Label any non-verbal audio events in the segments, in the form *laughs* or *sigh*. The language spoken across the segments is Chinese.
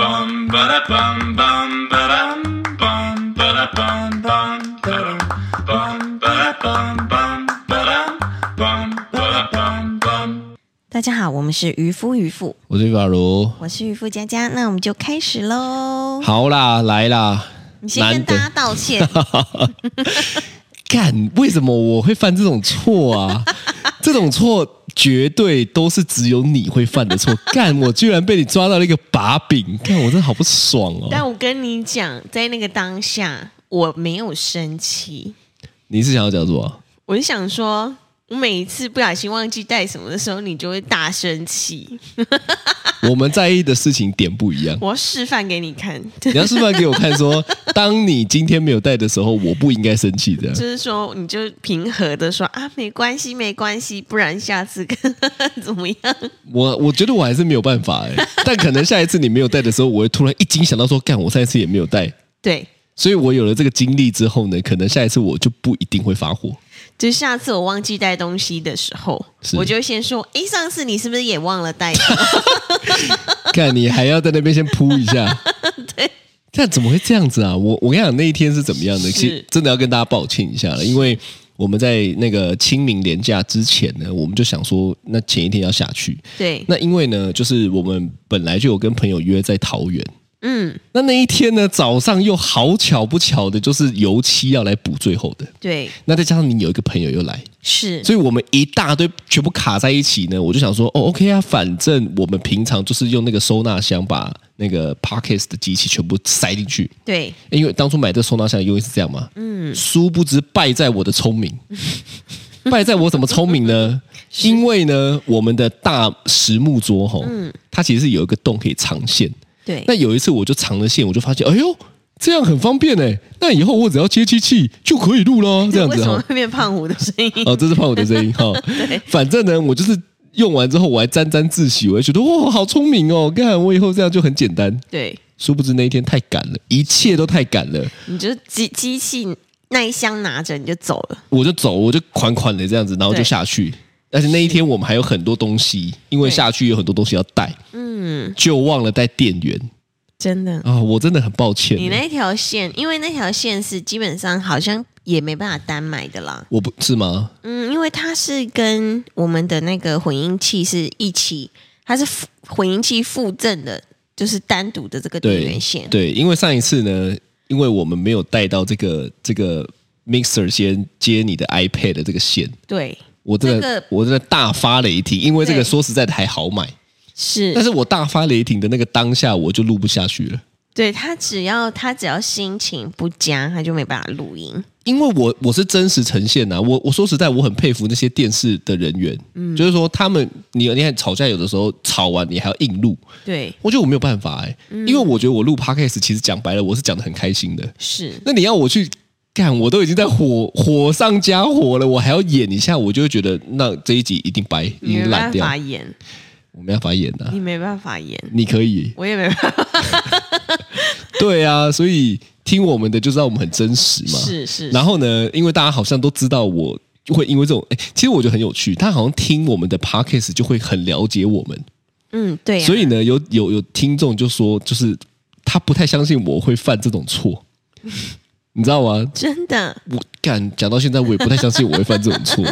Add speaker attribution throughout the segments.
Speaker 1: bum ba da bum bum ba dum bum ba da bum bum ba dum bum ba da bum bum ba dum bum ba da bum bum.
Speaker 2: 大家好，我们是渔夫渔妇，
Speaker 3: 我是法如。
Speaker 2: 我是渔夫佳佳，那我们就开始喽。
Speaker 3: 好啦，来啦
Speaker 2: 你，先跟大家道歉，
Speaker 3: 干，为什么我会犯这种错
Speaker 2: *laughs*
Speaker 3: 啊？这种错绝对都是只有你会犯的错。干，我居然被你抓到了一个把柄，干，我真的好不爽哦。
Speaker 2: *laughs* 但我跟你讲，在那个当下，我没有生气，
Speaker 3: 你是想要讲什么？
Speaker 2: 我就想说，我每一次不小心忘记带什么的时候，你就会大生气。
Speaker 3: 我们在意的事情点不一样。
Speaker 2: 我要示范给你看，
Speaker 3: 你要示范给我看
Speaker 2: *laughs*
Speaker 3: 说，当你今天没有带的时候，我不应该生气的
Speaker 2: 就。是说，你就平和的说啊，没关系，没关系，不然下次看怎么样？
Speaker 3: 我我觉得我还是没有办法哎、但可能下一次你没有带的时候，我会突然一惊想到说，干，我上一次也没有带。
Speaker 2: 对，
Speaker 3: 所以我有了这个经历之后呢，可能下一次我就不一定会发
Speaker 2: *laughs*
Speaker 3: 火。
Speaker 2: 就下次我忘记带东西的时候，
Speaker 3: 是
Speaker 2: 我就会先说，诶，上次你是不是也忘了带什 *laughs* 么？
Speaker 3: 看你还要在那边先铺一下，
Speaker 2: *laughs*
Speaker 3: 对，但怎么会这样子啊？我我跟你讲，那一天是怎么样
Speaker 2: 是
Speaker 3: 的？其实真的要跟大家抱歉一下了，因为我们在那个清明连假之前呢，我们就想说，那前一天要下去。
Speaker 2: 对，
Speaker 3: 那因为呢，就是我们本来就有跟朋友约在桃园，
Speaker 2: 嗯，
Speaker 3: 那那一天呢，早上又好巧不巧的，就是油漆要来补最后的，
Speaker 2: 对，
Speaker 3: 那再加上你有一个朋友又来，
Speaker 2: 是，
Speaker 3: 所以我们一大堆全部卡在一起呢，我就想说，哦，OK 啊，反正我们平常就是用那个收纳箱把那个 Parkes 的机器全部塞进去，
Speaker 2: 对，
Speaker 3: 因为当初买这个收纳箱的用意是这样嘛。嗯，殊不知败在我的
Speaker 2: *laughs*
Speaker 3: 聪明，败在我怎么聪明呢？因为呢，我们的大实木桌哈、
Speaker 2: 嗯
Speaker 3: 它其实是有一个洞可以藏线。
Speaker 2: 对
Speaker 3: 那，有一次我就藏了线，我就发现，哎呦，这样很方便哎。那以后我只要接机器就可以录咯，这样
Speaker 2: 为
Speaker 3: 子
Speaker 2: 什
Speaker 3: 哈、
Speaker 2: 么会变胖虎的声 *laughs* 音？
Speaker 3: 哦，这是胖虎的声音哈。反正呢，我就是用完之后，我还沾沾自喜，我还觉得哇，好聪明哦！看我以后这样就很简单。
Speaker 2: 对，
Speaker 3: 殊不知那一天太赶了，一切都太赶了，
Speaker 2: 你就机机器那一箱拿着你就走了，
Speaker 3: 我就走，我就款款的这样子，然后就
Speaker 2: 对
Speaker 3: 下去。但是那一天我们还有很多东西，因为
Speaker 2: 对
Speaker 3: 下去有很多东西要带，嗯，就忘了带电源
Speaker 2: 真的。
Speaker 3: 啊、我真的很抱歉。
Speaker 2: 你那条线，因为那条线是基本上好像也没办法单买的啦。
Speaker 3: 我不是吗？
Speaker 2: 嗯，因为它是跟我们的那个混音器是一起，它是附混音器附赠的，就是单独的这个电
Speaker 3: 对
Speaker 2: 源线。，
Speaker 3: 对，因为上一次呢，因为我们没有带到这个这个 mixer 先接你的 iPad 的这个线，
Speaker 2: 对
Speaker 3: 我真的、
Speaker 2: 那个
Speaker 3: 我真的大发雷霆，因为这
Speaker 2: 对
Speaker 3: 个说实在的还好买，
Speaker 2: 是，
Speaker 3: 但是我大发雷霆的那个当下我就录不下去了，
Speaker 2: 对他只要他只要心情不佳，他就没办法录音。
Speaker 3: 因为我我是真实呈现呐、啊我我说实在我很佩服那些电视的人员，
Speaker 2: 嗯
Speaker 3: 就是说他们你你看吵架有的时候吵完你还要硬录，
Speaker 2: 对，
Speaker 3: 我觉得我没有办法哎、
Speaker 2: 嗯
Speaker 3: 因为我觉得我录 podcast 其实讲白了我是讲的很开心的，
Speaker 2: 是，
Speaker 3: 那你要我去干，我都已经在火火上加火了，我还要演一下，我就会觉得那这一集一定白，已
Speaker 2: 你没
Speaker 3: 经烂
Speaker 2: 办
Speaker 3: 掉
Speaker 2: 法，演，
Speaker 3: 我没办法演的、啊
Speaker 2: 你没办法演，
Speaker 3: 你可以，欸
Speaker 2: 我也没办
Speaker 3: *laughs*
Speaker 2: 法。
Speaker 3: 对啊，所以听我们的就知道我们很真实嘛。
Speaker 2: 是是，
Speaker 3: 然后呢，因为大家好像都知道我会因为这种，哎，其实我觉得很有趣，他好像听我们的 podcast 就会很了解我们，
Speaker 2: 嗯，对呀、
Speaker 3: 所以呢，有有有听众就说，就是他不太相信我会犯这
Speaker 2: *laughs*
Speaker 3: 种错，你知道吗？
Speaker 2: 真的
Speaker 3: 我敢讲到现在，我也不太相信我会犯这种
Speaker 2: *laughs*
Speaker 3: 错。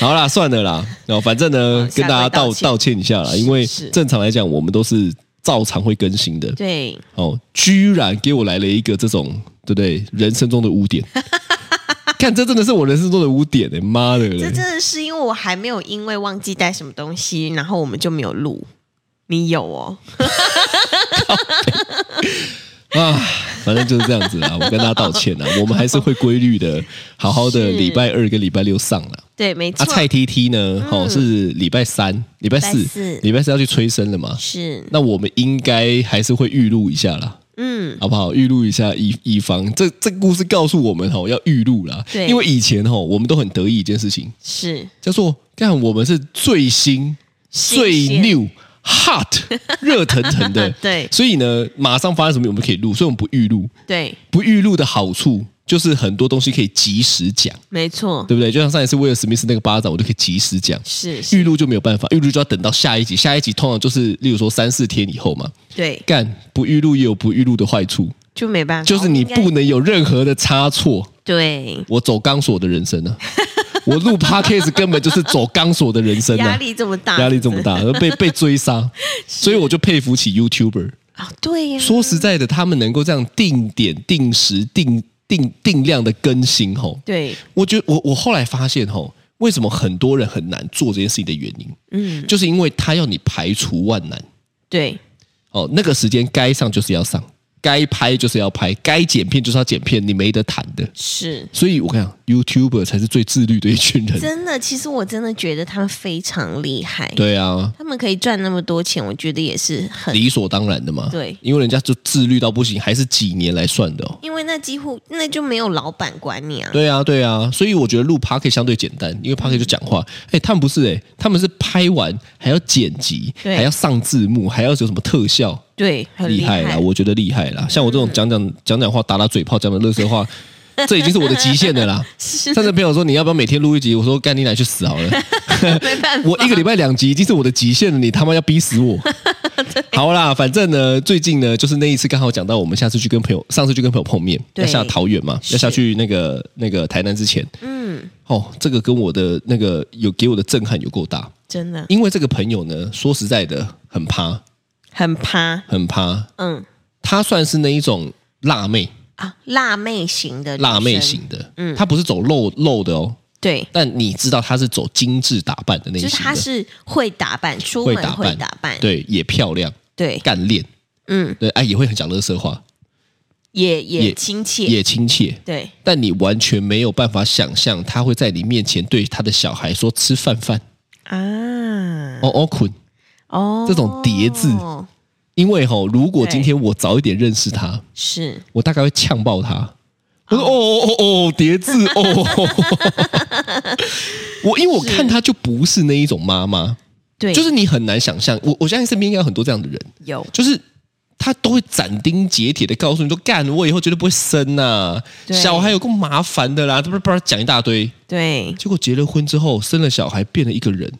Speaker 3: 好啦，算了啦，然后反正呢，
Speaker 2: 下
Speaker 3: 跟
Speaker 2: 回
Speaker 3: 大家
Speaker 2: 道
Speaker 3: 道
Speaker 2: 歉
Speaker 3: 道歉一下啦，
Speaker 2: 是
Speaker 3: 因为
Speaker 2: 是
Speaker 3: 正常来讲，我们都是照常会更新的。
Speaker 2: 对，
Speaker 3: 哦，居然给我来了一个这种，对不对？人生中的污
Speaker 2: *laughs*
Speaker 3: 点，看这真的是我人生中的污点哎、妈的
Speaker 2: 这
Speaker 3: 嘞！
Speaker 2: 真的是因为我还没有因为忘记带什么东西，然后我们就没有录。你有哦，
Speaker 3: 啊，反正就是这样子啦，我跟大家道歉
Speaker 2: *laughs*
Speaker 3: 啦，我们还是会规律的，好好的
Speaker 2: 是
Speaker 3: 礼拜二跟礼拜六上啦。
Speaker 2: 对，没
Speaker 3: 啊，
Speaker 2: 错，嗯
Speaker 3: 蔡 T T 呢？哦，是礼拜三、礼拜
Speaker 2: 礼拜
Speaker 3: 四
Speaker 2: 四、
Speaker 3: 礼拜四要去催生了嘛？
Speaker 2: 是，
Speaker 3: 那我们应该还是会预录一下啦，
Speaker 2: 嗯，
Speaker 3: 好不好？预录一下以以防这这故事告诉我们吼、要预录啦，
Speaker 2: 对
Speaker 3: 因为以前吼、我们都很得意一件事情，
Speaker 2: 是
Speaker 3: 叫做看我们是最新、
Speaker 2: 新
Speaker 3: 最
Speaker 2: 鲜
Speaker 3: new、hot
Speaker 2: *laughs*，
Speaker 3: 热腾腾的
Speaker 2: 对
Speaker 3: 所以呢，马上发生什么我们可以录，所以我们不预录。
Speaker 2: 对，
Speaker 3: 不预录的好处就是很多东西可以及时讲，
Speaker 2: 没错，
Speaker 3: 对不对？就像上一次威尔史密斯那个巴掌，我就可以及时讲。
Speaker 2: 是是，
Speaker 3: 预录就没有办法，预录就要等到下一集，下一集通常就是例如说三四天以后嘛。
Speaker 2: 对，
Speaker 3: 干不预录也有不预录的坏处，
Speaker 2: 就没办法，哦
Speaker 3: 就是你不能有任何的差错。
Speaker 2: 对
Speaker 3: 我走钢索的人生
Speaker 2: *laughs*
Speaker 3: 呢、啊，我录 podcast 根本就是走钢索的人生啊
Speaker 2: 压，力这么大，
Speaker 3: 压力这么大，被被追
Speaker 2: *laughs*
Speaker 3: 杀，所以我就佩服起 YouTuber。
Speaker 2: 啊，对呀，
Speaker 3: 说实在的，他们能够这样定点、定时、定定定量的更新吼，
Speaker 2: 对，
Speaker 3: 我觉得我我后来发现吼，为什么很多人很难做这件事情的原因，
Speaker 2: 嗯，
Speaker 3: 就是因为他要你排除万难
Speaker 2: 对，
Speaker 3: 哦，那个时间该上就是要上，该拍就是要拍，该剪片就是要剪片，你没得谈的。
Speaker 2: 是
Speaker 3: 所以我跟你讲，YouTuber 才是最自律的一群人。
Speaker 2: 真的。其实我真的觉得他们非常厉害，
Speaker 3: 对啊，
Speaker 2: 他们可以赚那么多钱，我觉得也是很，
Speaker 3: *laughs* 理所当然的嘛。
Speaker 2: 对
Speaker 3: 因为人家就自律到不行，还是几年来算的哦。
Speaker 2: 因为那几乎那就没有老板管你啊，
Speaker 3: 对啊，对啊，所以我觉得录 p a r k 相对简单，因为 p a r
Speaker 2: 嗯
Speaker 3: k 就讲话。哎，他们不是哎、他们是拍完还要剪辑，
Speaker 2: 对
Speaker 3: 还要上字幕，还要有什么特效，
Speaker 2: 对，很
Speaker 3: 厉害啦！
Speaker 2: 害，嗯
Speaker 3: 我觉得厉害啦。像我这种讲讲讲讲话、打打嘴炮、讲讲乐
Speaker 2: *laughs*
Speaker 3: 色话，这已经是我的极限的啦。
Speaker 2: 是
Speaker 3: 上次朋友说你要不要每天录一集，我说干你奶去死好了。
Speaker 2: *laughs* 没办法，
Speaker 3: *laughs* 我一个礼拜两集已经是我的极限了，你他妈要逼
Speaker 2: *laughs*
Speaker 3: 死我！好啦，反正呢，最近呢，就是那一次刚好讲到我们下次去跟朋友，上次去跟朋友碰面，
Speaker 2: 对
Speaker 3: 要下桃园嘛，
Speaker 2: 是
Speaker 3: 要下去那个那个台南之前，
Speaker 2: 嗯，
Speaker 3: 哦，这个跟我的那个有给我的震撼有够大，
Speaker 2: 真的
Speaker 3: 因为这个朋友呢，说实在的，很趴，
Speaker 2: 很趴，
Speaker 3: 很趴，
Speaker 2: 嗯
Speaker 3: 她算是那一种辣妹，
Speaker 2: 啊，辣妹型的女
Speaker 3: 辣妹
Speaker 2: 生，
Speaker 3: 型的，嗯，她不是走露露的哦，
Speaker 2: 对，
Speaker 3: 但你知道她是走精致打扮的那一
Speaker 2: 就
Speaker 3: 型
Speaker 2: 是她
Speaker 3: 的，
Speaker 2: 是会打扮，出门
Speaker 3: 打
Speaker 2: 会
Speaker 3: 扮
Speaker 2: 打扮，
Speaker 3: 对，也漂亮，
Speaker 2: 对，
Speaker 3: 干练。
Speaker 2: 嗯，
Speaker 3: 对，哎，也会很讲乐色话，
Speaker 2: 也也
Speaker 3: 也
Speaker 2: 亲切，
Speaker 3: 也亲切，
Speaker 2: 对，
Speaker 3: 但你完全没有办法想象他会在你面前对他的小孩说“吃饭饭
Speaker 2: 啊，
Speaker 3: 哦哦困
Speaker 2: 哦，
Speaker 3: 这种叠字因为吼、如果今天我早一点认识他，
Speaker 2: 是
Speaker 3: 我大概会呛爆他。我说：“哦哦哦哦，叠字哦。
Speaker 2: *laughs*
Speaker 3: 我因为我看他就不是那一种妈妈，
Speaker 2: 对，
Speaker 3: 就是你很难想象。我我相信身边应该有很多这样的人，
Speaker 2: 有
Speaker 3: 就是他都会斩钉截铁的告诉你说：“干，我以后绝对不会生呐、
Speaker 2: 对
Speaker 3: 小孩有够麻烦的啦，不不不，讲一大堆。”
Speaker 2: 对，
Speaker 3: 结果结了婚之后，生了小孩，变了一个人，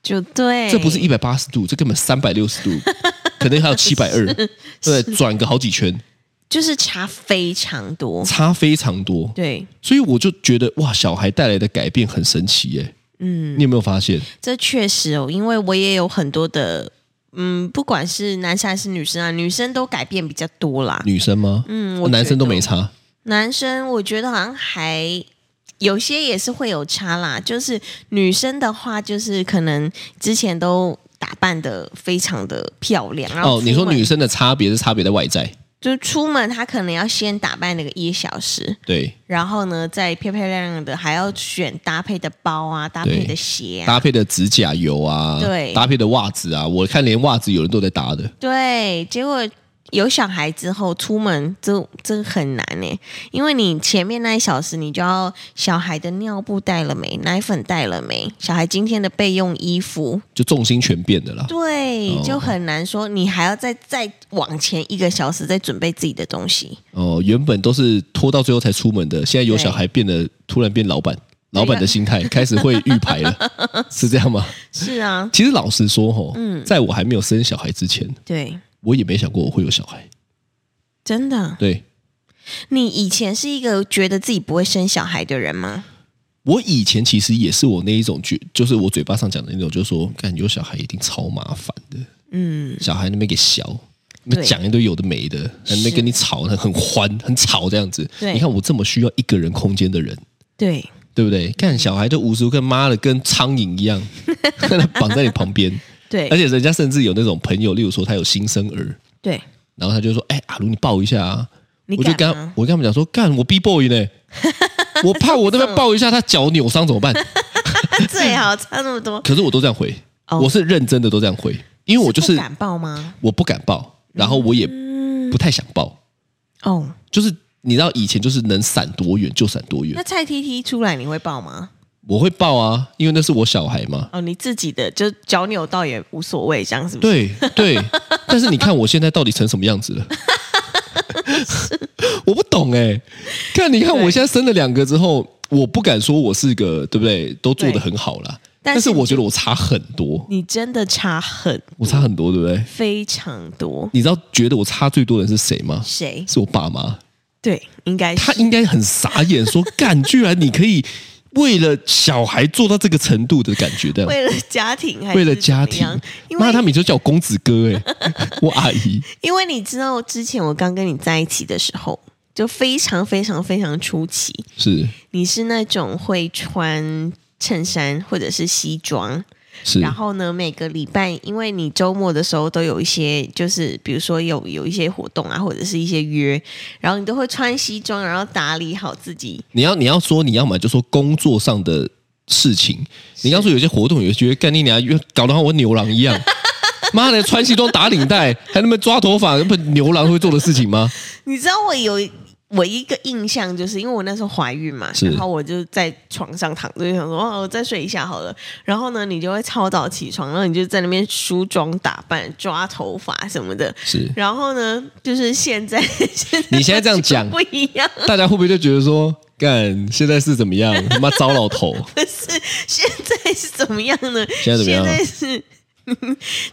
Speaker 2: 就对，
Speaker 3: 这不是一百八十度，这根本三百六十度，
Speaker 2: *laughs*
Speaker 3: 可能还有七百二，对，转个好几圈，
Speaker 2: 就是差非常多，
Speaker 3: 差非常多。
Speaker 2: 对，
Speaker 3: 所以我就觉得哇，小孩带来的改变很神奇耶。嗯，你有没有发现？
Speaker 2: 这确实哦，因为我也有很多的，嗯，不管是男生还是女生啊，女生都改变比较多啦。
Speaker 3: 女生吗？哦
Speaker 2: 嗯，我
Speaker 3: 男生都
Speaker 2: 觉得
Speaker 3: 没差。
Speaker 2: 男生我觉得好像还有些也是会有差啦，就是女生的话，就是可能之前都打扮的非常的漂亮，然后
Speaker 3: 哦，你说
Speaker 2: 出门
Speaker 3: 女生的差别是差别在外在，
Speaker 2: 就是出门她可能要先打扮那个一小时，
Speaker 3: 对，
Speaker 2: 然后呢再漂漂亮亮的，还要选搭配的包啊，搭配的鞋啊。
Speaker 3: 搭配的指甲油啊，
Speaker 2: 对
Speaker 3: 搭配的袜子啊，我看连袜子有人都在搭的。
Speaker 2: 对，结果有小孩之后出门，这这个很难呢，因为你前面那一小时，你就要小孩的尿布带了没，奶粉带了没，小孩今天的备用衣服，
Speaker 3: 就重心全变的啦，
Speaker 2: 对，
Speaker 3: 哦
Speaker 2: 就很难说，你还要再再往前一个小时再准备自己的东西，
Speaker 3: 哦，原本都是拖到最后才出门的，现在有小孩变得突然变老板，老板的心态开始会预排
Speaker 2: *laughs*
Speaker 3: 了，是这样吗？
Speaker 2: 是啊，
Speaker 3: 其实老实说吼，
Speaker 2: 嗯
Speaker 3: 在我还没有生小孩之前，
Speaker 2: 对，
Speaker 3: 我也没想过我会有小孩。
Speaker 2: 真的，
Speaker 3: 对
Speaker 2: 你以前是一个觉得自己不会生小孩的人吗？
Speaker 3: 我以前其实也是我那一种觉，就是我嘴巴上讲的那种，就是说，看有小孩一定超麻烦的，
Speaker 2: 嗯，
Speaker 3: 小孩那边给小。那
Speaker 2: 对
Speaker 3: 边讲一堆有的没的，那边跟你吵，很欢很吵这样子。
Speaker 2: 对
Speaker 3: 你看我这么需要一个人空间的人，
Speaker 2: 对，
Speaker 3: 对不对？看小孩就无时无刻妈的跟苍蝇一样，
Speaker 2: *laughs*
Speaker 3: 绑在你旁边，
Speaker 2: 对，
Speaker 3: 而且人家甚至有那种朋友，例如说他有新生儿，
Speaker 2: 对，
Speaker 3: 然后他就说：“哎，阿如你抱一下啊。”
Speaker 2: 你
Speaker 3: 我就
Speaker 2: 敢
Speaker 3: 跟他
Speaker 2: 吗？
Speaker 3: 我跟他们讲说：“干，我 B boy
Speaker 2: *laughs*
Speaker 3: 呢，我怕我那边抱一下他脚扭伤怎么办
Speaker 2: 最好差那么多？” ，
Speaker 3: 可是我都这样回，
Speaker 2: 哦
Speaker 3: 我是认真的都这样回，因为我就是
Speaker 2: 不敢嗯抱吗？
Speaker 3: 我不敢抱，然后我也不太想抱，
Speaker 2: 哦，
Speaker 3: 就是你知道以前就是能闪多远就闪多
Speaker 2: 那
Speaker 3: 远，
Speaker 2: 蔡 T T 出来你会抱吗？
Speaker 3: 我会抱啊，因为那是我小孩嘛。
Speaker 2: 哦，你自己的就脚扭到也无所谓，这样是不是？
Speaker 3: 对
Speaker 2: *laughs*
Speaker 3: 对，但是你看我现在到底成什么样子了？我不懂哎、看，你看
Speaker 2: 对
Speaker 3: 我现在生了两个之后，我不敢说我是个对不对，都做
Speaker 2: 对
Speaker 3: 得很好啦。
Speaker 2: 但
Speaker 3: 但
Speaker 2: 是
Speaker 3: 是我觉得我差很多，
Speaker 2: 你真的差很
Speaker 3: 我差很多，对不对？
Speaker 2: 非常多。
Speaker 3: 你知道觉得我差最多的是谁吗？
Speaker 2: 谁？
Speaker 3: 是我爸妈，
Speaker 2: 对，应该
Speaker 3: 他
Speaker 2: 是
Speaker 3: 应该很傻眼，说干，居然你可以为了小孩做到这个程度的感觉的，
Speaker 2: 为了家庭还是
Speaker 3: 为了家
Speaker 2: 怎么
Speaker 3: 庭
Speaker 2: 样，因为
Speaker 3: 妈，他每天叫我公子哥哎、
Speaker 2: *laughs*
Speaker 3: 我阿姨，
Speaker 2: 因为你知道，之前我刚跟你在一起的时候，就非常非常非常出奇。
Speaker 3: 是
Speaker 2: 你是那种会穿衬衫或者是西装，
Speaker 3: 是，
Speaker 2: 然后呢，每个礼拜，因为你周末的时候都有一些，就是比如说有有一些活动啊，或者是一些约，然后你都会穿西装，然后打理好自己。
Speaker 3: 你要你要说你要么就说工作上的事情，你刚说有些活动，有些干你娘，搞得好像我牛郎
Speaker 2: *laughs*
Speaker 3: 一样。妈的，穿西装打领带，还那么抓头发，那不 *laughs* 牛郎会做的事情吗？
Speaker 2: 你知道我有我一个印象，就是因为我那时候怀孕嘛，
Speaker 3: 是
Speaker 2: 然后我就在床上躺着，就想说哦，我再睡一下好了。然后呢，你就会超早起床，然后你就在那边梳妆打扮、抓头发什么的。
Speaker 3: 是，
Speaker 2: 然后呢，就是现在，现在
Speaker 3: 你现在这样讲
Speaker 2: 就不一样，
Speaker 3: 大家会不会就觉得说，干现在是怎么样？他妈糟老头，
Speaker 2: 不是现在是怎么样呢？
Speaker 3: 现在怎么样
Speaker 2: 现在是，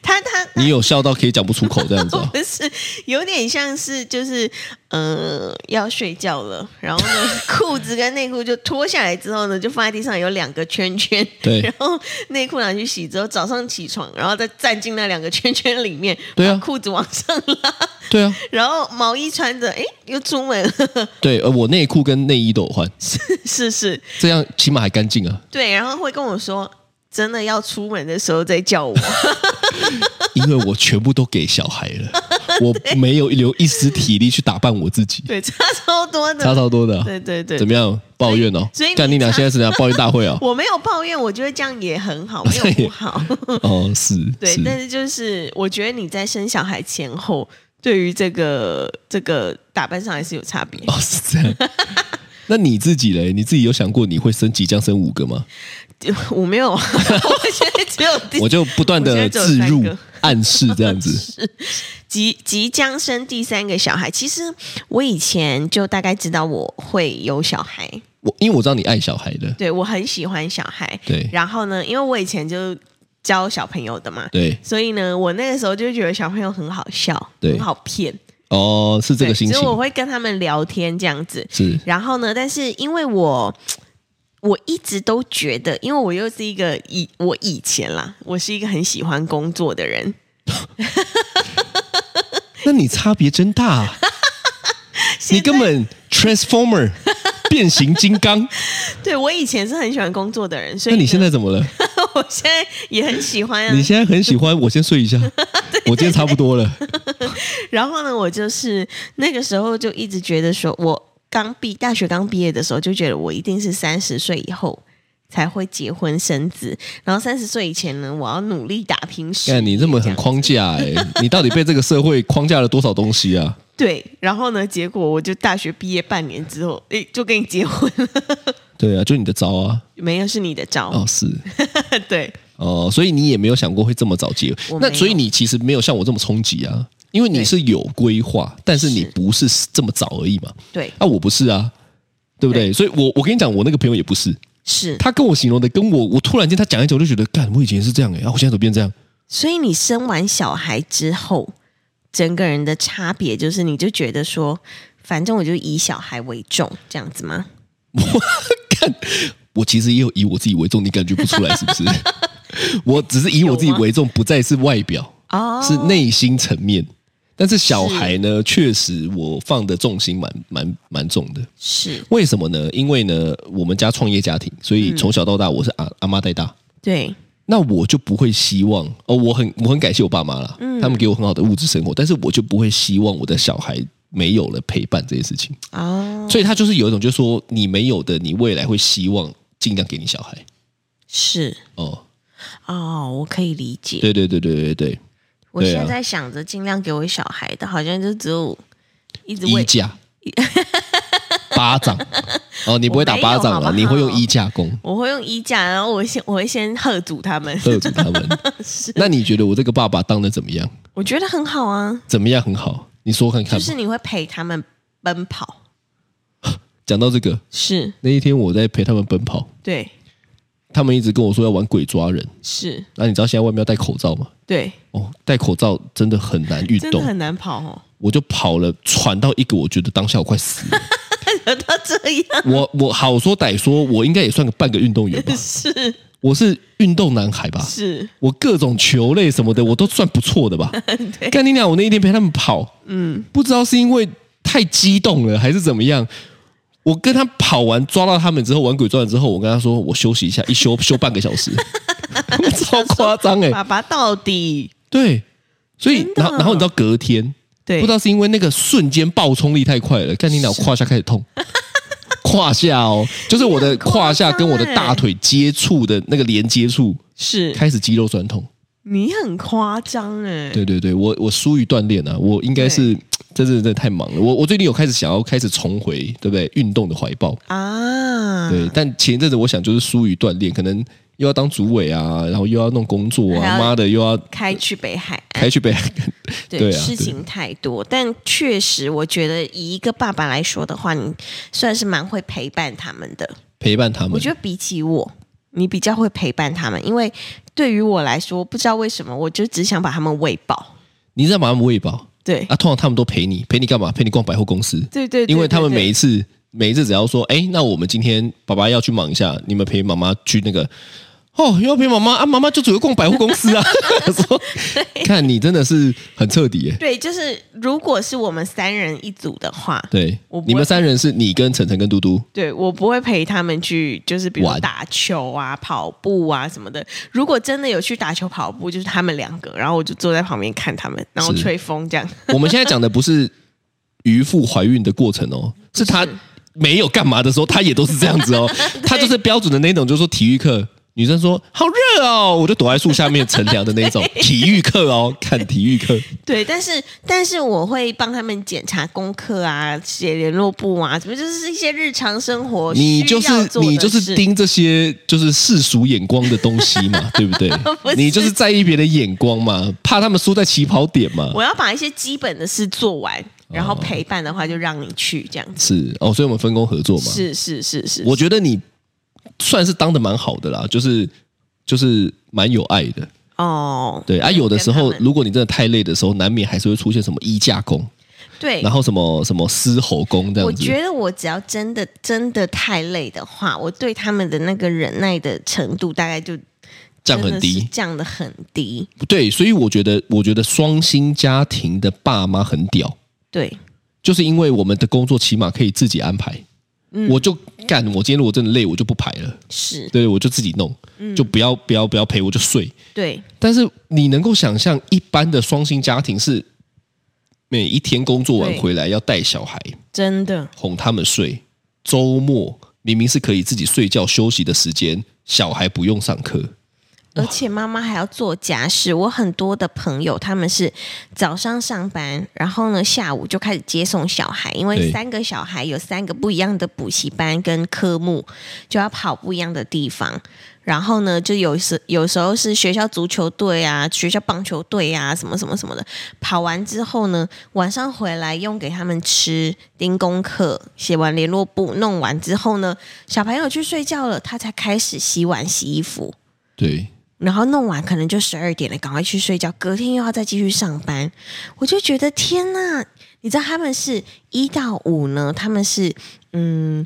Speaker 2: 他他
Speaker 3: 你有笑到可以讲不出口这样子、
Speaker 2: *laughs*
Speaker 3: 啊，
Speaker 2: 不是有点像是就是呃要睡觉了，然后
Speaker 3: *laughs*
Speaker 2: 呢裤子跟内裤就脱下来之后呢，就放在地上有两个圈圈，
Speaker 3: 对
Speaker 2: 然后内裤拿去洗之后，早上起床，然后再站进那两个圈圈里面，
Speaker 3: 对啊
Speaker 2: 把裤子往上拉，
Speaker 3: 对啊，
Speaker 2: 然后毛衣穿着，哎，又出门了，
Speaker 3: 对，呃，我内裤跟内衣都有换，
Speaker 2: 是是，
Speaker 3: 这样起码还干净啊，
Speaker 2: 对，然后会跟我说。真的要出门的时候再
Speaker 3: *laughs*
Speaker 2: 叫我，
Speaker 3: 因为我全部都给小孩
Speaker 2: *laughs*
Speaker 3: 了，我没有留一丝体力去打扮我自己，
Speaker 2: *laughs* 对，差超多的，
Speaker 3: 差超多的啊、
Speaker 2: *laughs* 对对对，
Speaker 3: 怎么样？抱怨哦
Speaker 2: 所以所以你，
Speaker 3: 干你俩现在是怎样抱怨大会
Speaker 2: *laughs*？
Speaker 3: 哦
Speaker 2: 我没有抱怨，我觉得这样也很
Speaker 3: *laughs*
Speaker 2: 好，没有不好。
Speaker 3: 哦，是，
Speaker 2: *laughs* 对，但
Speaker 3: 是，
Speaker 2: 是就是我觉得你在生小孩前后，对于这个这个打扮上还是有差别。
Speaker 3: 哦，是这样。那你自己嘞？你自己有想过你会生即将生五个吗？
Speaker 2: 我没有， *laughs* 我现在只有第
Speaker 3: *laughs* 我就不
Speaker 2: *laughs*
Speaker 3: 断
Speaker 2: 我
Speaker 3: 的
Speaker 2: 现在只有
Speaker 3: 置
Speaker 2: 三
Speaker 3: 入
Speaker 2: 个
Speaker 3: 暗示这
Speaker 2: *laughs*
Speaker 3: 样子，
Speaker 2: 即即将生第三个小孩。其实我以前就大概知道我会有小孩，
Speaker 3: 我因为我知道你爱小孩的，
Speaker 2: 对我很喜欢小孩。
Speaker 3: 对
Speaker 2: 然后呢，因为我以前就教小朋友的嘛，
Speaker 3: 对，
Speaker 2: 所以呢，我那个时候就觉得小朋友很好笑，
Speaker 3: 对
Speaker 2: 很好骗。
Speaker 3: 哦，是这个
Speaker 2: 对
Speaker 3: 心情
Speaker 2: 所以，我会跟他们聊天这样子。
Speaker 3: 是
Speaker 2: 然后呢，但是因为我我一直都觉得，因为我又是一个以我以前啦，我是一个很喜欢工作的人，
Speaker 3: 那你差别真大、啊，你根本
Speaker 2: *laughs*
Speaker 3: Transformer 变形金刚，
Speaker 2: 对我以前是很喜欢工作的人，所
Speaker 3: 那
Speaker 2: 以
Speaker 3: 你现
Speaker 2: 呢
Speaker 3: 在怎么了？
Speaker 2: *laughs* 我现在也很喜欢啊
Speaker 3: 你。现在很喜欢，我先睡
Speaker 2: *laughs*
Speaker 3: 一下，我今天差不多了，
Speaker 2: 然后呢，我就是那个时候就一直觉得说，我刚毕大学刚毕业的时候就觉得我一定是三十岁以后。才会结婚生子，然后三十岁以前呢，我要努力打拼事业。
Speaker 3: 看你这么很框架哎、 *laughs* 你到底被这个社会框架了多少东西啊？
Speaker 2: 对，然后呢，结果我就大学毕业半年之后，诶，就跟你结婚了，
Speaker 3: 对啊，就你的招啊，
Speaker 2: 没有是你的招，
Speaker 3: 哦是
Speaker 2: 对，
Speaker 3: 哦，所以你也没有想过会这么早结
Speaker 2: 我，没有
Speaker 3: 那所以你其实没有像我这么冲击啊，因为你是有规划，但是你
Speaker 2: 是
Speaker 3: 不是这么早而已嘛，
Speaker 2: 对，
Speaker 3: 啊我不是啊，对不对？所以我我跟你讲，我那个朋友也不是，
Speaker 2: 是，
Speaker 3: 他跟我形容的跟我我突然间他讲一讲，我就觉得干，我以前是这样哎、啊我现在怎么变这样？
Speaker 2: 所以你生完小孩之后，整个人的差别就是，你就觉得说，反正我就以小孩为重，这样子吗？
Speaker 3: 我其实也有以我自己为重，你感觉不出来是不是？我只是以我自己
Speaker 2: 有吗
Speaker 3: 为重，不再是外表。
Speaker 2: 哦，
Speaker 3: 是内心层面。但是小孩呢，确实我放的重心蛮蛮蛮重的。
Speaker 2: 是，
Speaker 3: 为什么呢？因为呢，我们家创业家庭，所以从小到大我是阿、阿妈带大，
Speaker 2: 对，
Speaker 3: 那我就不会希望哦，我很我很感谢我爸妈啦，他们给我很好的物质生活，但是我就不会希望我的小孩没有了陪伴这件事情。
Speaker 2: 哦，
Speaker 3: 所以他就是有一种，就是说你没有的，你未来会希望尽量给你小孩。
Speaker 2: 是，
Speaker 3: 哦，
Speaker 2: 哦，我可以理解。
Speaker 3: 对对对对对对，
Speaker 2: 我
Speaker 3: 对啊
Speaker 2: 现在想着尽量给我小孩的，好像就只有一直
Speaker 3: 衣
Speaker 2: 喂， *laughs*
Speaker 3: 架、巴掌。哦，你不会打巴掌
Speaker 2: 我
Speaker 3: 了，
Speaker 2: 没
Speaker 3: 你
Speaker 2: 有好不好
Speaker 3: 会用衣架
Speaker 2: *laughs*
Speaker 3: 攻
Speaker 2: 我会用衣架，然后我先我会先喝阻他们，
Speaker 3: 喝住他们。那你觉得我这个爸爸当的怎么样？
Speaker 2: *laughs* 我觉得很好啊。
Speaker 3: 怎么样很好？你说看看
Speaker 2: 就
Speaker 3: 吧。
Speaker 2: 是你会陪他们奔跑，
Speaker 3: 讲到这个，
Speaker 2: 是
Speaker 3: 那一天我在陪他们奔跑，
Speaker 2: 对，
Speaker 3: 他们一直跟我说要玩鬼抓人。
Speaker 2: 是
Speaker 3: 那、你知道现在外面要戴口罩吗？
Speaker 2: 对，
Speaker 3: 哦，戴口罩真的很难运
Speaker 2: 真的
Speaker 3: 动，
Speaker 2: 很难跑
Speaker 3: *laughs*
Speaker 2: 哦，
Speaker 3: 我就跑了，喘到一个，我觉得当下我快死了。
Speaker 2: 惹到这样，
Speaker 3: 我我好说歹说，我应该也算个半个运动员吧
Speaker 2: *laughs* 是
Speaker 3: 我是运动男孩吧，
Speaker 2: 是，
Speaker 3: 我各种球类什么的我都算不错
Speaker 2: *laughs*
Speaker 3: 的吧。干你娘！我那一天陪他们跑，嗯，不知道是因为太激动了还是怎么样。我跟他跑完，抓到他们之后，玩鬼抓人之后，我跟他说我休息一下，一休 *laughs* 休半个小
Speaker 2: *laughs*
Speaker 3: 时，超夸张哎、
Speaker 2: 爸爸到底
Speaker 3: 对，所以
Speaker 2: 真的
Speaker 3: 然后然后你知道隔天，
Speaker 2: 对
Speaker 3: 不知道是因为那个瞬间爆冲力太快了，干你脑胯下开始痛，胯下哦，就是我的胯下跟我的大腿接触的那个连接处
Speaker 2: 是
Speaker 3: 开始肌肉酸痛。
Speaker 2: 你很夸张哎，
Speaker 3: 对对对，我我疏于锻炼啊，我应该是真的真的太忙了。我我最近有开始想要开始重回，对不对？运动的怀抱。
Speaker 2: 啊，
Speaker 3: 对，但前一阵子我想就是疏于锻炼，可能又要当主委啊，然后又要弄工作
Speaker 2: 还
Speaker 3: 啊，
Speaker 2: 要哎
Speaker 3: 妈的又要
Speaker 2: 开去北海岸。
Speaker 3: 开去北海。
Speaker 2: 对
Speaker 3: 对啊
Speaker 2: 事
Speaker 3: 对
Speaker 2: 情太多，但确实，我觉得以一个爸爸来说的话，你算是蛮会陪伴他们的。
Speaker 3: *laughs* 陪伴他们。
Speaker 2: 我觉得比起我，你比较会陪伴他们，因为对于我来说，不知道为什么，我就只想把他们喂饱。
Speaker 3: 你在把他们喂饱
Speaker 2: 对，
Speaker 3: 啊，通常他们都陪你，陪你干嘛？陪你逛百货公司。
Speaker 2: 对对对
Speaker 3: 因为他们
Speaker 2: 对对
Speaker 3: 每一次每一次只要说，哎，那我们今天爸爸要去忙一下，你们陪妈妈去那个。哦，又要陪妈妈啊！妈妈就只会逛百货公司啊。 *laughs* 说，看你真的是很彻底耶。
Speaker 2: 对，就是如果是我们三人一组的话，
Speaker 3: 对
Speaker 2: 我不，会
Speaker 3: 你们三人是你跟晨晨跟嘟嘟，
Speaker 2: 对我不会陪他们去，就是比如
Speaker 3: 玩
Speaker 2: 打球啊、跑步啊什么的。如果真的有去打球、跑步，就是他们两个，然后我就坐在旁边看他们，然后
Speaker 3: 是
Speaker 2: 吹风这样。 *laughs*
Speaker 3: 我们现在讲的不是渔妇怀孕的过程哦，是她没有干嘛的时候，她也都是这样
Speaker 2: *laughs*
Speaker 3: 子哦。她就是标准的那种，就是说体育课，女生说好热哦，我就躲在树下面乘凉的那种。体育课哦，看体育课，
Speaker 2: 对，但是但是我会帮他们检查功课啊、写联络簿啊，什么就是一些日常生活
Speaker 3: 你就
Speaker 2: 需要
Speaker 3: 是
Speaker 2: 做的
Speaker 3: 你就是
Speaker 2: 事
Speaker 3: 盯这些就是世俗眼光的东西
Speaker 2: *laughs*
Speaker 3: 嘛，对不对？
Speaker 2: 不是
Speaker 3: 你就是在意别人的眼光嘛，怕他们输在起跑点嘛。
Speaker 2: 我要把一些基本的事做完，然
Speaker 3: 哦
Speaker 2: 后陪伴的话就让你去这样子。
Speaker 3: 是哦，所以我们分工合作嘛。
Speaker 2: 是是是是，
Speaker 3: 我觉得你算是当的蛮好的啦，就是就是蛮有爱的。
Speaker 2: 哦，
Speaker 3: 对啊，有的时候
Speaker 2: 跟他们
Speaker 3: 如果你真的太累的时候，难免还是会出现什么衣架功，
Speaker 2: 对
Speaker 3: 然，后什么什么狮吼功这
Speaker 2: 我
Speaker 3: 样子。
Speaker 2: 觉得我只要真的真的太累的话，我对他们的那个忍耐的程度大概就
Speaker 3: 降很低
Speaker 2: 真的是降的很低。
Speaker 3: 对，所以我觉得，我觉得双薪家庭的爸妈很屌，
Speaker 2: 对，
Speaker 3: 就是因为我们的工作起码可以自己安排。我就干，我今天如果真的累，我就不排了，
Speaker 2: 是，
Speaker 3: 对，我就自己弄，就不要不要不要陪，我就睡。
Speaker 2: 对，
Speaker 3: 但是你能够想象，一般的双薪家庭是每一天工作完
Speaker 2: 对
Speaker 3: 回来要带小孩，
Speaker 2: 真的
Speaker 3: 哄他们睡。周末明明是可以自己睡觉休息的时间，小孩不用上课，
Speaker 2: 而且妈妈还要做家事。我很多的朋友他们是早上上班，然后呢下午就开始接送小孩，因为
Speaker 3: 对
Speaker 2: 三个小孩有三个不一样的补习班跟科目，就要跑不一样的地方。然后呢，就有时有时候是学校足球队啊、学校棒球队啊，什么什么什么的。跑完之后呢，晚上回来用给他们吃，盯功课，写完联络簿，弄完之后呢，小朋友去睡觉了，他才开始洗碗、洗衣服。
Speaker 3: 对，
Speaker 2: 然后弄完可能就十二点了，赶快去睡觉，隔天又要再继续上班。我就觉得天呐，你知道他们是一到五呢，他们是嗯，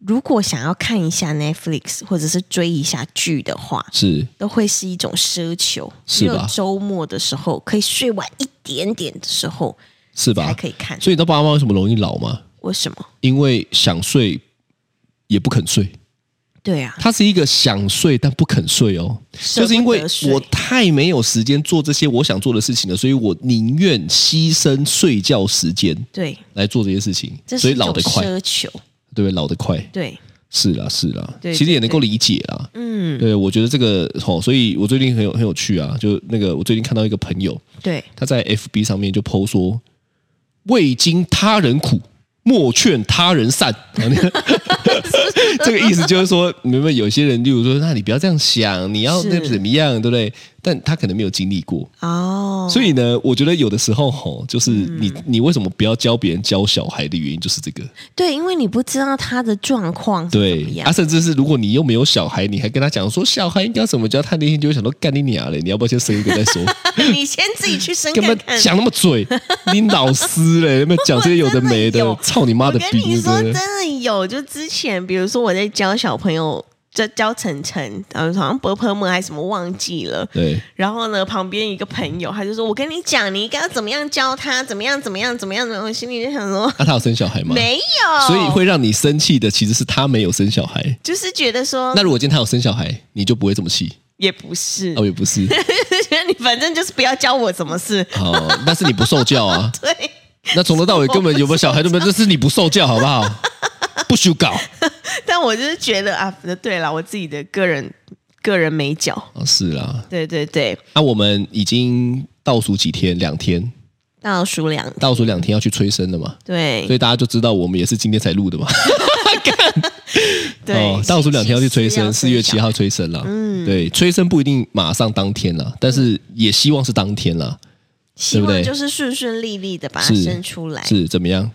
Speaker 2: 如果想要看一下 Netflix 或者是追一下剧的话，
Speaker 3: 是
Speaker 2: 都会是一种奢求。只
Speaker 3: 是吧
Speaker 2: 有周末的时候可以睡晚一点点的时候
Speaker 3: 是
Speaker 2: 才
Speaker 3: 吧？
Speaker 2: 可以看。
Speaker 3: 所以你知道爸妈为什么容易老吗？
Speaker 2: 为什么？
Speaker 3: 因为想睡也不肯睡，
Speaker 2: 对啊，
Speaker 3: 他是一个想睡但不肯睡哦，
Speaker 2: 舍
Speaker 3: 就是因
Speaker 2: 不
Speaker 3: 为
Speaker 2: 得睡
Speaker 3: 我太没有时间做这些我想做的事情了，所以我宁愿牺牲睡觉时间
Speaker 2: 对，
Speaker 3: 来做这些事情，
Speaker 2: 这是
Speaker 3: 所以
Speaker 2: 一种
Speaker 3: 老得快，
Speaker 2: 奢求。
Speaker 3: 对不对？老得快，
Speaker 2: 对，
Speaker 3: 是啦，是啦，
Speaker 2: 对
Speaker 3: 其实
Speaker 2: 对
Speaker 3: 也能够理解啦。
Speaker 2: 嗯，
Speaker 3: 对，我觉得这个哦，所以我最近很有很有趣啊，就那个我最近看到一个朋友，
Speaker 2: 对，
Speaker 3: 他在 FB 上面就 PO 说，未经他人苦，莫劝他
Speaker 2: *laughs*
Speaker 3: 人 *laughs* 善。啊那个这个意思就是说，你们有些人，例如说，那你不要这样想，你要
Speaker 2: 是
Speaker 3: 那怎么样，对不对？但他可能没有经历过，
Speaker 2: 哦，嗯
Speaker 3: 所以呢，我觉得有的时候吼，就是你、你为什么不要教别人教小孩的原因就是这个，
Speaker 2: 对，因为你不知道他的状况是怎么
Speaker 3: 对
Speaker 2: 样
Speaker 3: 啊，，甚至是如果你又没有小孩，你还跟他讲说小孩应该要怎么教，他那天就会想说干你娘嘞，你要不要先生一个再说？
Speaker 2: 你先自己去生
Speaker 3: 干嘛
Speaker 2: 看看。
Speaker 3: 讲那
Speaker 2: *laughs*
Speaker 3: 么嘴？你老师嘞，有没有讲这些有的没
Speaker 2: 我真的
Speaker 3: 的
Speaker 2: 有？
Speaker 3: 操你妈
Speaker 2: 我
Speaker 3: 的
Speaker 2: 跟
Speaker 3: 逼！
Speaker 2: 你说，真
Speaker 3: 对不对
Speaker 2: 的有，就之前比如说我在教小朋友，教教晨晨，然后好像伯伯们还是什么忘记了。
Speaker 3: 对，
Speaker 2: 然后呢，旁边一个朋友他就说：“我跟你讲，你应该要怎么样教他，怎么样，怎么样，怎么样。”然后我心里就想说
Speaker 3: 那、啊他有生小孩：“吗？
Speaker 2: 没有。”
Speaker 3: 所以会让你生气的其实是他没有生小孩。
Speaker 2: 就是觉得说
Speaker 3: 那如果今天他有生小孩，你就不会这么气
Speaker 2: 也不是，
Speaker 3: 哦，也不是
Speaker 2: 就是觉得你反正就是不要教我什么事。
Speaker 3: 哦，但是你不受教
Speaker 2: *laughs*
Speaker 3: 啊。
Speaker 2: 对，
Speaker 3: 那从头到尾根本有没有小孩都没有，这是你不受教好不好？不许搞
Speaker 2: 但我就是觉得啊，对了，我自己的个人个人美角，
Speaker 3: 哦是啦，
Speaker 2: 对对对，
Speaker 3: 那、我们已经倒数几天，两天，
Speaker 2: 倒数两
Speaker 3: 倒数两天要去催生了嘛，所
Speaker 2: 对
Speaker 3: 以大家就知道我们也是今天才录的嘛。
Speaker 2: 对、星期
Speaker 3: 哦倒数两天要去催
Speaker 2: 四要
Speaker 3: 生，四月七
Speaker 2: 小
Speaker 3: 号催生啦。嗯，对，催生不一定马上当天啦，但是也希望是当天啦。
Speaker 2: 希
Speaker 3: 对不
Speaker 2: 望
Speaker 3: 对
Speaker 2: 就是顺顺利利的把它
Speaker 3: 是
Speaker 2: 生出来。
Speaker 3: 是怎么样？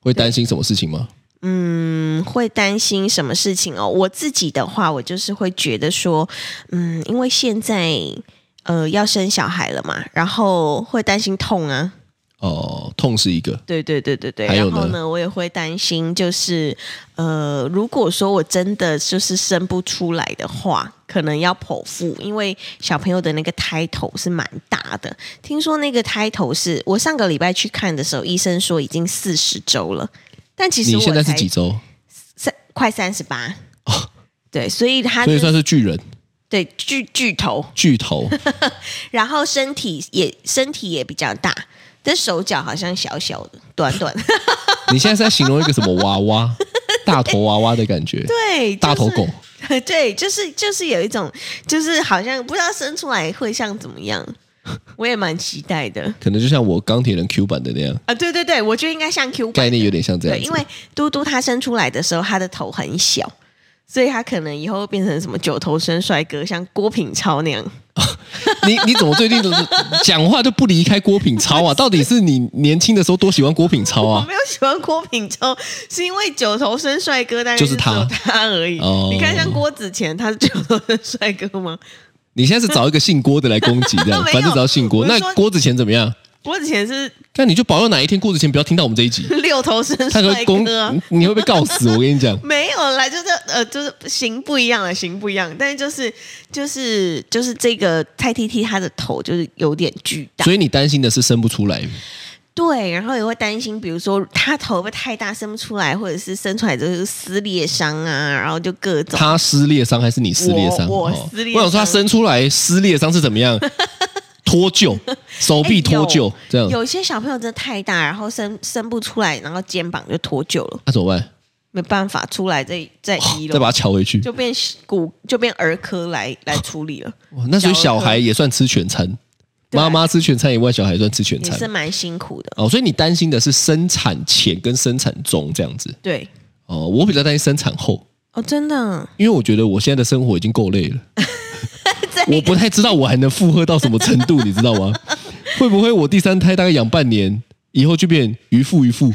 Speaker 3: 会担心什么事情吗？
Speaker 2: 嗯，会担心什么事情哦？我自己的话，我就是会觉得说，嗯，因为现在呃要生小孩了嘛，然后会担心痛啊，
Speaker 3: 哦，痛是一个，
Speaker 2: 对对对对对。
Speaker 3: 还有
Speaker 2: 然
Speaker 3: 呢
Speaker 2: 后呢，我也会担心，就是呃，如果说我真的就是生不出来的话，可能要剖腹，因为小朋友的那个胎头是蛮大的。听说那个胎头是我上个礼拜去看的时候，医生说已经四十周了，但其实
Speaker 3: 你
Speaker 2: 我
Speaker 3: 现在是
Speaker 2: 才
Speaker 3: 几周？
Speaker 2: 三快三十八。对，所以他
Speaker 3: 所以
Speaker 2: 就
Speaker 3: 算是巨人、
Speaker 2: 对巨巨头，
Speaker 3: 巨
Speaker 2: *laughs*
Speaker 3: 头。
Speaker 2: 然后身体也身体也比较大，但手脚好像小小的、短短的。
Speaker 3: 你现在是在形容一个什么娃
Speaker 2: *laughs*
Speaker 3: 娃？大头娃娃的感觉，
Speaker 2: 对，
Speaker 3: 大头狗。
Speaker 2: 就是。 *laughs* 对，就是就是有一种，就是好像不知道生出来会像怎么样， *laughs* 我也蛮期待的
Speaker 3: 可能就像我钢铁人 Q 版的那样，
Speaker 2: 啊！对对对，我觉得应该像 Q 版
Speaker 3: 概念有点像这样
Speaker 2: 对，
Speaker 3: 子。
Speaker 2: 因为嘟嘟他生出来的时候，他的头很小，所以他可能以后会变成什么九头身帅哥，像郭品超那样。
Speaker 3: 你你怎么最近都是讲话就不离开郭品
Speaker 2: *laughs*
Speaker 3: 超啊？到底是你年轻的时候多喜欢郭品超
Speaker 2: 我
Speaker 3: 啊？
Speaker 2: 没有喜欢郭品超，是因为九头身帅哥，但
Speaker 3: 就是
Speaker 2: 只
Speaker 3: 他
Speaker 2: 有他而已。
Speaker 3: 哦
Speaker 2: 你看，像郭子乾，他是九头身帅哥吗？
Speaker 3: 你现在是找一个姓郭的来攻击，这样
Speaker 2: *laughs* 没有
Speaker 3: 反正只要姓郭。
Speaker 2: 我是
Speaker 3: 那
Speaker 2: 说
Speaker 3: 郭子乾怎么样？
Speaker 2: 郭子乾是
Speaker 3: 那你就保佑哪一天郭子乾不要听到我们这一集，
Speaker 2: *laughs* 六头身
Speaker 3: 他可
Speaker 2: 帅
Speaker 3: 会攻
Speaker 2: 哥啊、，
Speaker 3: *laughs* 你会被告死。我跟
Speaker 2: *laughs*
Speaker 3: 你讲，
Speaker 2: 没有啦，就是呃，就是型不一样了，型不一样，但是就是就是就是这个蔡 T T 他的头就是有点巨大，
Speaker 3: 所以你担心的是生不出来，
Speaker 2: 对，然后也会担心，比如说他头会不会太大生不出来，或者是生出来就是撕裂伤啊，然后就各种
Speaker 3: 他撕裂伤还是你撕裂伤？
Speaker 2: 我我
Speaker 3: 哦
Speaker 2: 撕裂
Speaker 3: 我
Speaker 2: 伤
Speaker 3: 想说他生出来撕裂伤是怎
Speaker 2: *laughs*
Speaker 3: 么样？脱臼，手臂脱臼
Speaker 2: 哎有
Speaker 3: 这样，
Speaker 2: 有些小朋友真的太大，然后生生不出来，然后肩膀就脱臼了，
Speaker 3: 那怎么办？
Speaker 2: 没办法出来再再医
Speaker 3: 再
Speaker 2: 了，
Speaker 3: 把它敲回去。
Speaker 2: 就变骨就变儿科来来处理了，
Speaker 3: 哇那所以小孩也算吃全餐，
Speaker 2: 对
Speaker 3: 妈妈吃全餐以外，小孩也算吃全
Speaker 2: 也是
Speaker 3: 餐。
Speaker 2: 蛮辛苦的。
Speaker 3: 哦，所以你担心的是生产前跟生产中这样子。
Speaker 2: 对，
Speaker 3: 哦，我比较担心生产后，
Speaker 2: 哦，真的，
Speaker 3: 因为我觉得我现在的生活已经够
Speaker 2: *laughs*
Speaker 3: 累了，
Speaker 2: 这
Speaker 3: 我不太知道我还能负荷到什么程
Speaker 2: *laughs*
Speaker 3: 度，你知道吗？会不会我第三胎大概养半年以后就变渔夫渔夫，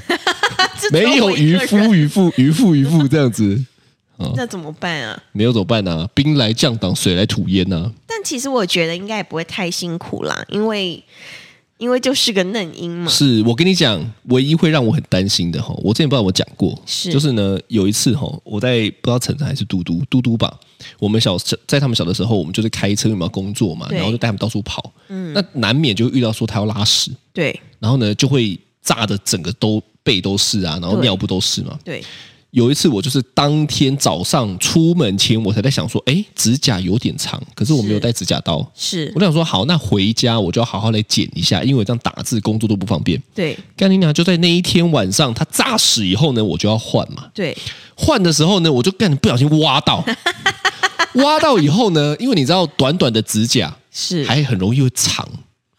Speaker 2: 这 *laughs* 只
Speaker 3: 没
Speaker 2: 我
Speaker 3: 有
Speaker 2: 一
Speaker 3: 渔
Speaker 2: 个人
Speaker 3: 夫渔夫渔夫渔夫这样子，
Speaker 2: *laughs* 那怎么办啊？
Speaker 3: 没有怎么办啊？兵来将挡，水来土掩啊呐、
Speaker 2: 但其实我觉得应该也不会太辛苦啦，因为因为就是个嫩婴嘛，
Speaker 3: *laughs* 是我跟你讲，唯一会让我很担心的哈，我之前不知道我讲过，
Speaker 2: 是
Speaker 3: 就是呢，有一次哈，我在不知道晨晨还是嘟嘟嘟嘟吧，我们小在他们小的时候，我们就是开车，因为我们要工作嘛，
Speaker 2: 对
Speaker 3: 然后就带他们到处跑，嗯，那难免就会遇到说他要拉屎，
Speaker 2: 对
Speaker 3: 然后呢就会炸的整个都背都是啊，然后
Speaker 2: 对
Speaker 3: 尿布都是嘛。
Speaker 2: 对，
Speaker 3: 有一次我就是当天早上出门前，我才在想说，哎，指甲有点长，可是我没有
Speaker 2: 是
Speaker 3: 带指甲刀。
Speaker 2: 是
Speaker 3: 我，想说，好，那回家我就要好好来剪一下，因为我这样打字工作都不方便。
Speaker 2: 对
Speaker 3: 干你娘！就在那一天晚上，他炸死以后呢，我就要换嘛。
Speaker 2: 对
Speaker 3: 换的时候呢，我就干不小心挖
Speaker 2: *laughs*
Speaker 3: 到，挖到以后呢，因为你知道，短短的指甲
Speaker 2: 是
Speaker 3: 还很容易会藏，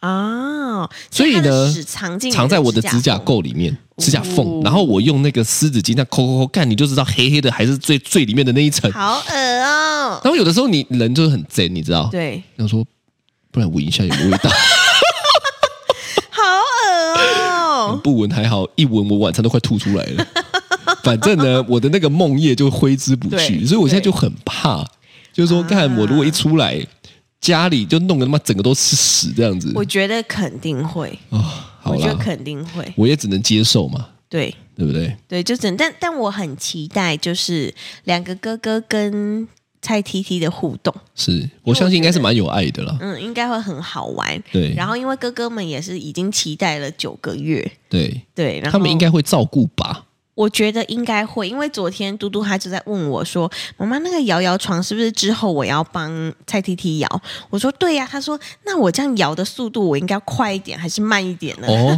Speaker 2: 啊，
Speaker 3: 所以
Speaker 2: 它的
Speaker 3: 呢
Speaker 2: 屎藏进你
Speaker 3: 藏在我的指甲
Speaker 2: 缝
Speaker 3: 垢里面、指甲缝
Speaker 2: 哦。
Speaker 3: 然后我用那个湿纸巾这样抠抠抠，干你就知道黑黑的还是最最里面的那一层。
Speaker 2: 好恶哦。
Speaker 3: *laughs* 然后有的时候你人就是很贼，你知道，
Speaker 2: 对，
Speaker 3: 想说不然闻一下有没有味道。！
Speaker 2: 好恶哦
Speaker 3: 不闻还好，一闻我晚餐都快吐出来
Speaker 2: *laughs*
Speaker 3: 了。反正呢，我的那个梦夜就挥之不去，
Speaker 2: 对
Speaker 3: 所以我现在就很怕，就是说，看我如果一出来，家里就弄得他妈整个都是屎这样子。
Speaker 2: 我觉得肯定会，
Speaker 3: 啊、好
Speaker 2: 我觉得
Speaker 3: 啦，
Speaker 2: 肯定会，
Speaker 3: 我也只能接受嘛，
Speaker 2: 对
Speaker 3: 对不对？
Speaker 2: 对，就整。但但我很期待，就是两个哥哥跟蔡 T T 的互动，
Speaker 3: 是我相信应该是蛮有爱的啦。
Speaker 2: 嗯，应该会很好玩。
Speaker 3: 对
Speaker 2: 然后因为哥哥们也是已经期待了九个月，
Speaker 3: 对，
Speaker 2: 对，然后
Speaker 3: 他们应该会照顾吧？
Speaker 2: 我觉得应该会，因为昨天嘟嘟他就在问我说：“妈妈，那个摇摇床是不是之后我要帮蔡 T T 摇？”我说：“对呀、他说：“那我这样摇的速度，我应该要快一点还是慢一点呢？” *laughs*
Speaker 3: 哦，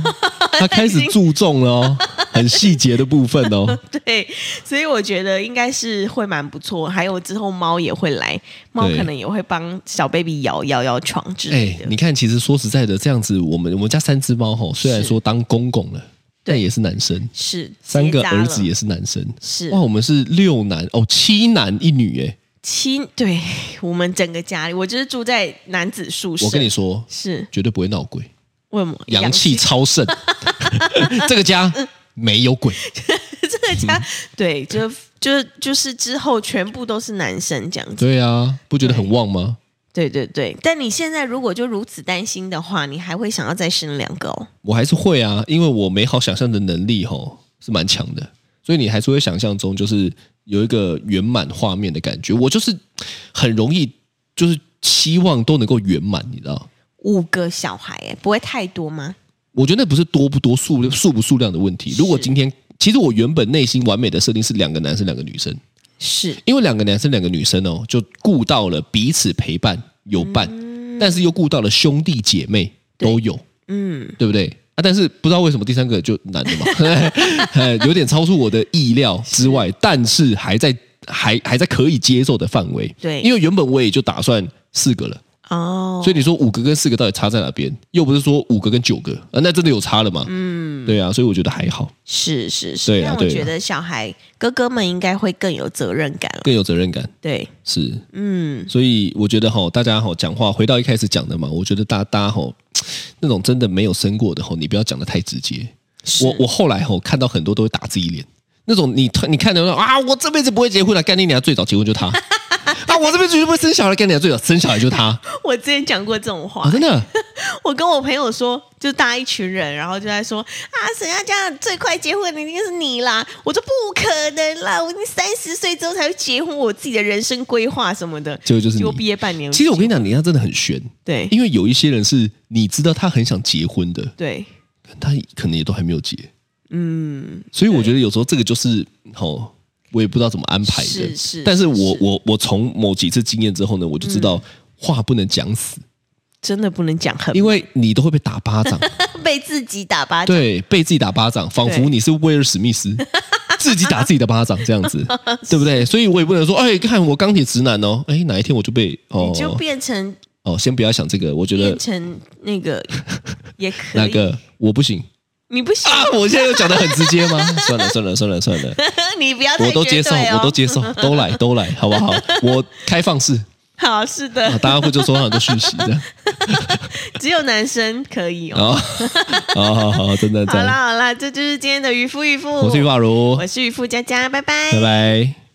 Speaker 3: 他开始注重了哦，很细节的部分哦。
Speaker 2: 对，所以我觉得应该是会蛮不错。还有之后猫也会来，猫
Speaker 3: 对
Speaker 2: 可能也会帮小 baby 摇摇摇床之类
Speaker 3: 哎
Speaker 2: 的。，
Speaker 3: 你看，其实说实在的，这样子，我们我们家三只猫吼，虽然
Speaker 2: 是
Speaker 3: 说当公公了，但也是男生。
Speaker 2: 是
Speaker 3: 三个
Speaker 2: 结扎
Speaker 3: 儿子哦
Speaker 2: 了
Speaker 3: 也是男生，
Speaker 2: 是
Speaker 3: 哇，我们是六男哦，七男一女哎。
Speaker 2: 亲，对我们整个家里，我就是住在男子宿舍。
Speaker 3: 我跟你说，
Speaker 2: 是
Speaker 3: 绝对不会闹鬼，
Speaker 2: 为什么
Speaker 3: 阳气超盛， *laughs* 这个家没有鬼。
Speaker 2: 这个家，对，就就就是之后全部都是男生这样子，
Speaker 3: 对啊，不觉得很旺吗？
Speaker 2: 对对对。但你现在如果就如此担心的话，你还会想要再生两个哦？
Speaker 3: 我还是会啊，因为我美好想象的能力吼是蛮强的，所以你还是会想象中就是有一个圆满画面的感觉。我就是很容易就是期望都能够圆满，你知道。
Speaker 2: 五个小孩，哎，不会太多吗？
Speaker 3: 我觉得那不是多不多数数不数量的问题。如果
Speaker 2: 是
Speaker 3: 今天，其实我原本内心完美的设定是两个男生两个女生，
Speaker 2: 是
Speaker 3: 因为两个男生两个女生哦，就顾到了彼此陪伴有伴，但是又顾到了兄弟姐妹都有，嗯，对不对？啊，但是不知道为什么第三个就男的嘛， *laughs* 哎有点超出我的意料之外，但是还在还还在可以接受的范围。
Speaker 2: 对
Speaker 3: 因为原本我也就打算四个了。
Speaker 2: 哦，
Speaker 3: 所以你说五个跟四个到底差在哪边？又不是说五个跟九个啊，那真的有差了嘛？嗯，对啊，所以我觉得还好，
Speaker 2: 是是
Speaker 3: 对
Speaker 2: 是。
Speaker 3: 啊
Speaker 2: 但我
Speaker 3: 对啊
Speaker 2: 觉得小孩哥哥们应该会更有责任感了。
Speaker 3: 更有责任感
Speaker 2: 对，
Speaker 3: 是。
Speaker 2: 嗯，
Speaker 3: 所以我觉得哈，大家哈讲话回到一开始讲的嘛，我觉得大大家哈那种真的没有生过的哈，你不要讲的太直接。
Speaker 2: 是
Speaker 3: 我我后来哈看到很多都会打自己脸，那种你突你看到那种啊，我这辈子不会结婚了，干你娘，最早结婚就
Speaker 2: *laughs*
Speaker 3: 他啊，我这辈子绝对不会生小孩，干你娘，最早生小孩就他
Speaker 2: *laughs* 我之前讲过这种话
Speaker 3: 啊，，真的
Speaker 2: 我跟我朋友说，就大家一群人，然后就在说啊，沈佳佳最快结婚的一定是你啦！我说不可能啦，我已经三十岁之后才会结婚，我自己的人生规划什么的，
Speaker 3: 结果 *laughs* 就
Speaker 2: 结
Speaker 3: 是你
Speaker 2: 果。毕业半年。
Speaker 3: 其实我跟你讲，你那真的很悬，
Speaker 2: 对
Speaker 3: 因为有一些人是你知道他很想结婚的，
Speaker 2: 对
Speaker 3: 他可能也都还没有结，嗯，所以我觉得有时候这个就是哦，我也不知道怎么安排的，
Speaker 2: 是是
Speaker 3: 但是我
Speaker 2: 是嗯
Speaker 3: 我我从某几次经验之后呢，我就知道。话不能讲死，
Speaker 2: 真的不能讲很
Speaker 3: 因为你都会被打巴
Speaker 2: *laughs*
Speaker 3: 掌，
Speaker 2: 被自己打巴掌，
Speaker 3: 对，被自己打巴掌，仿佛
Speaker 2: 对
Speaker 3: 你是威尔史
Speaker 2: *laughs*
Speaker 3: 密斯，自己打自己的巴掌这样子，对不对？所以我也不能说，哎，看我钢铁直男哦，哎，哪一天我就被哦
Speaker 2: 你就变成
Speaker 3: 哦，先不要想这个，我觉
Speaker 2: 变
Speaker 3: 得
Speaker 2: 成那
Speaker 3: *laughs*
Speaker 2: 个也可以，
Speaker 3: 那个我不行
Speaker 2: 你不行，
Speaker 3: 啊，我现在又讲的很直接吗？ *laughs* 算了算了算了算了，
Speaker 2: *laughs* 你不要太
Speaker 3: *laughs* 我都接
Speaker 2: 绝
Speaker 3: 受，
Speaker 2: 对哦
Speaker 3: 我都接
Speaker 2: *laughs*
Speaker 3: 受，都来都来，好不好？我开放式
Speaker 2: 好，是的，
Speaker 3: 啊，大家会就收到很多讯息的。
Speaker 2: 只有男生可以哦。
Speaker 3: 好，好哦好好，真的
Speaker 2: 好
Speaker 3: 真的，
Speaker 2: 啦好啦，这就是今天的渔夫渔夫，
Speaker 3: 我是玉
Speaker 2: 夫，
Speaker 3: 发如
Speaker 2: 我，是渔夫佳佳，拜拜，
Speaker 3: 拜拜。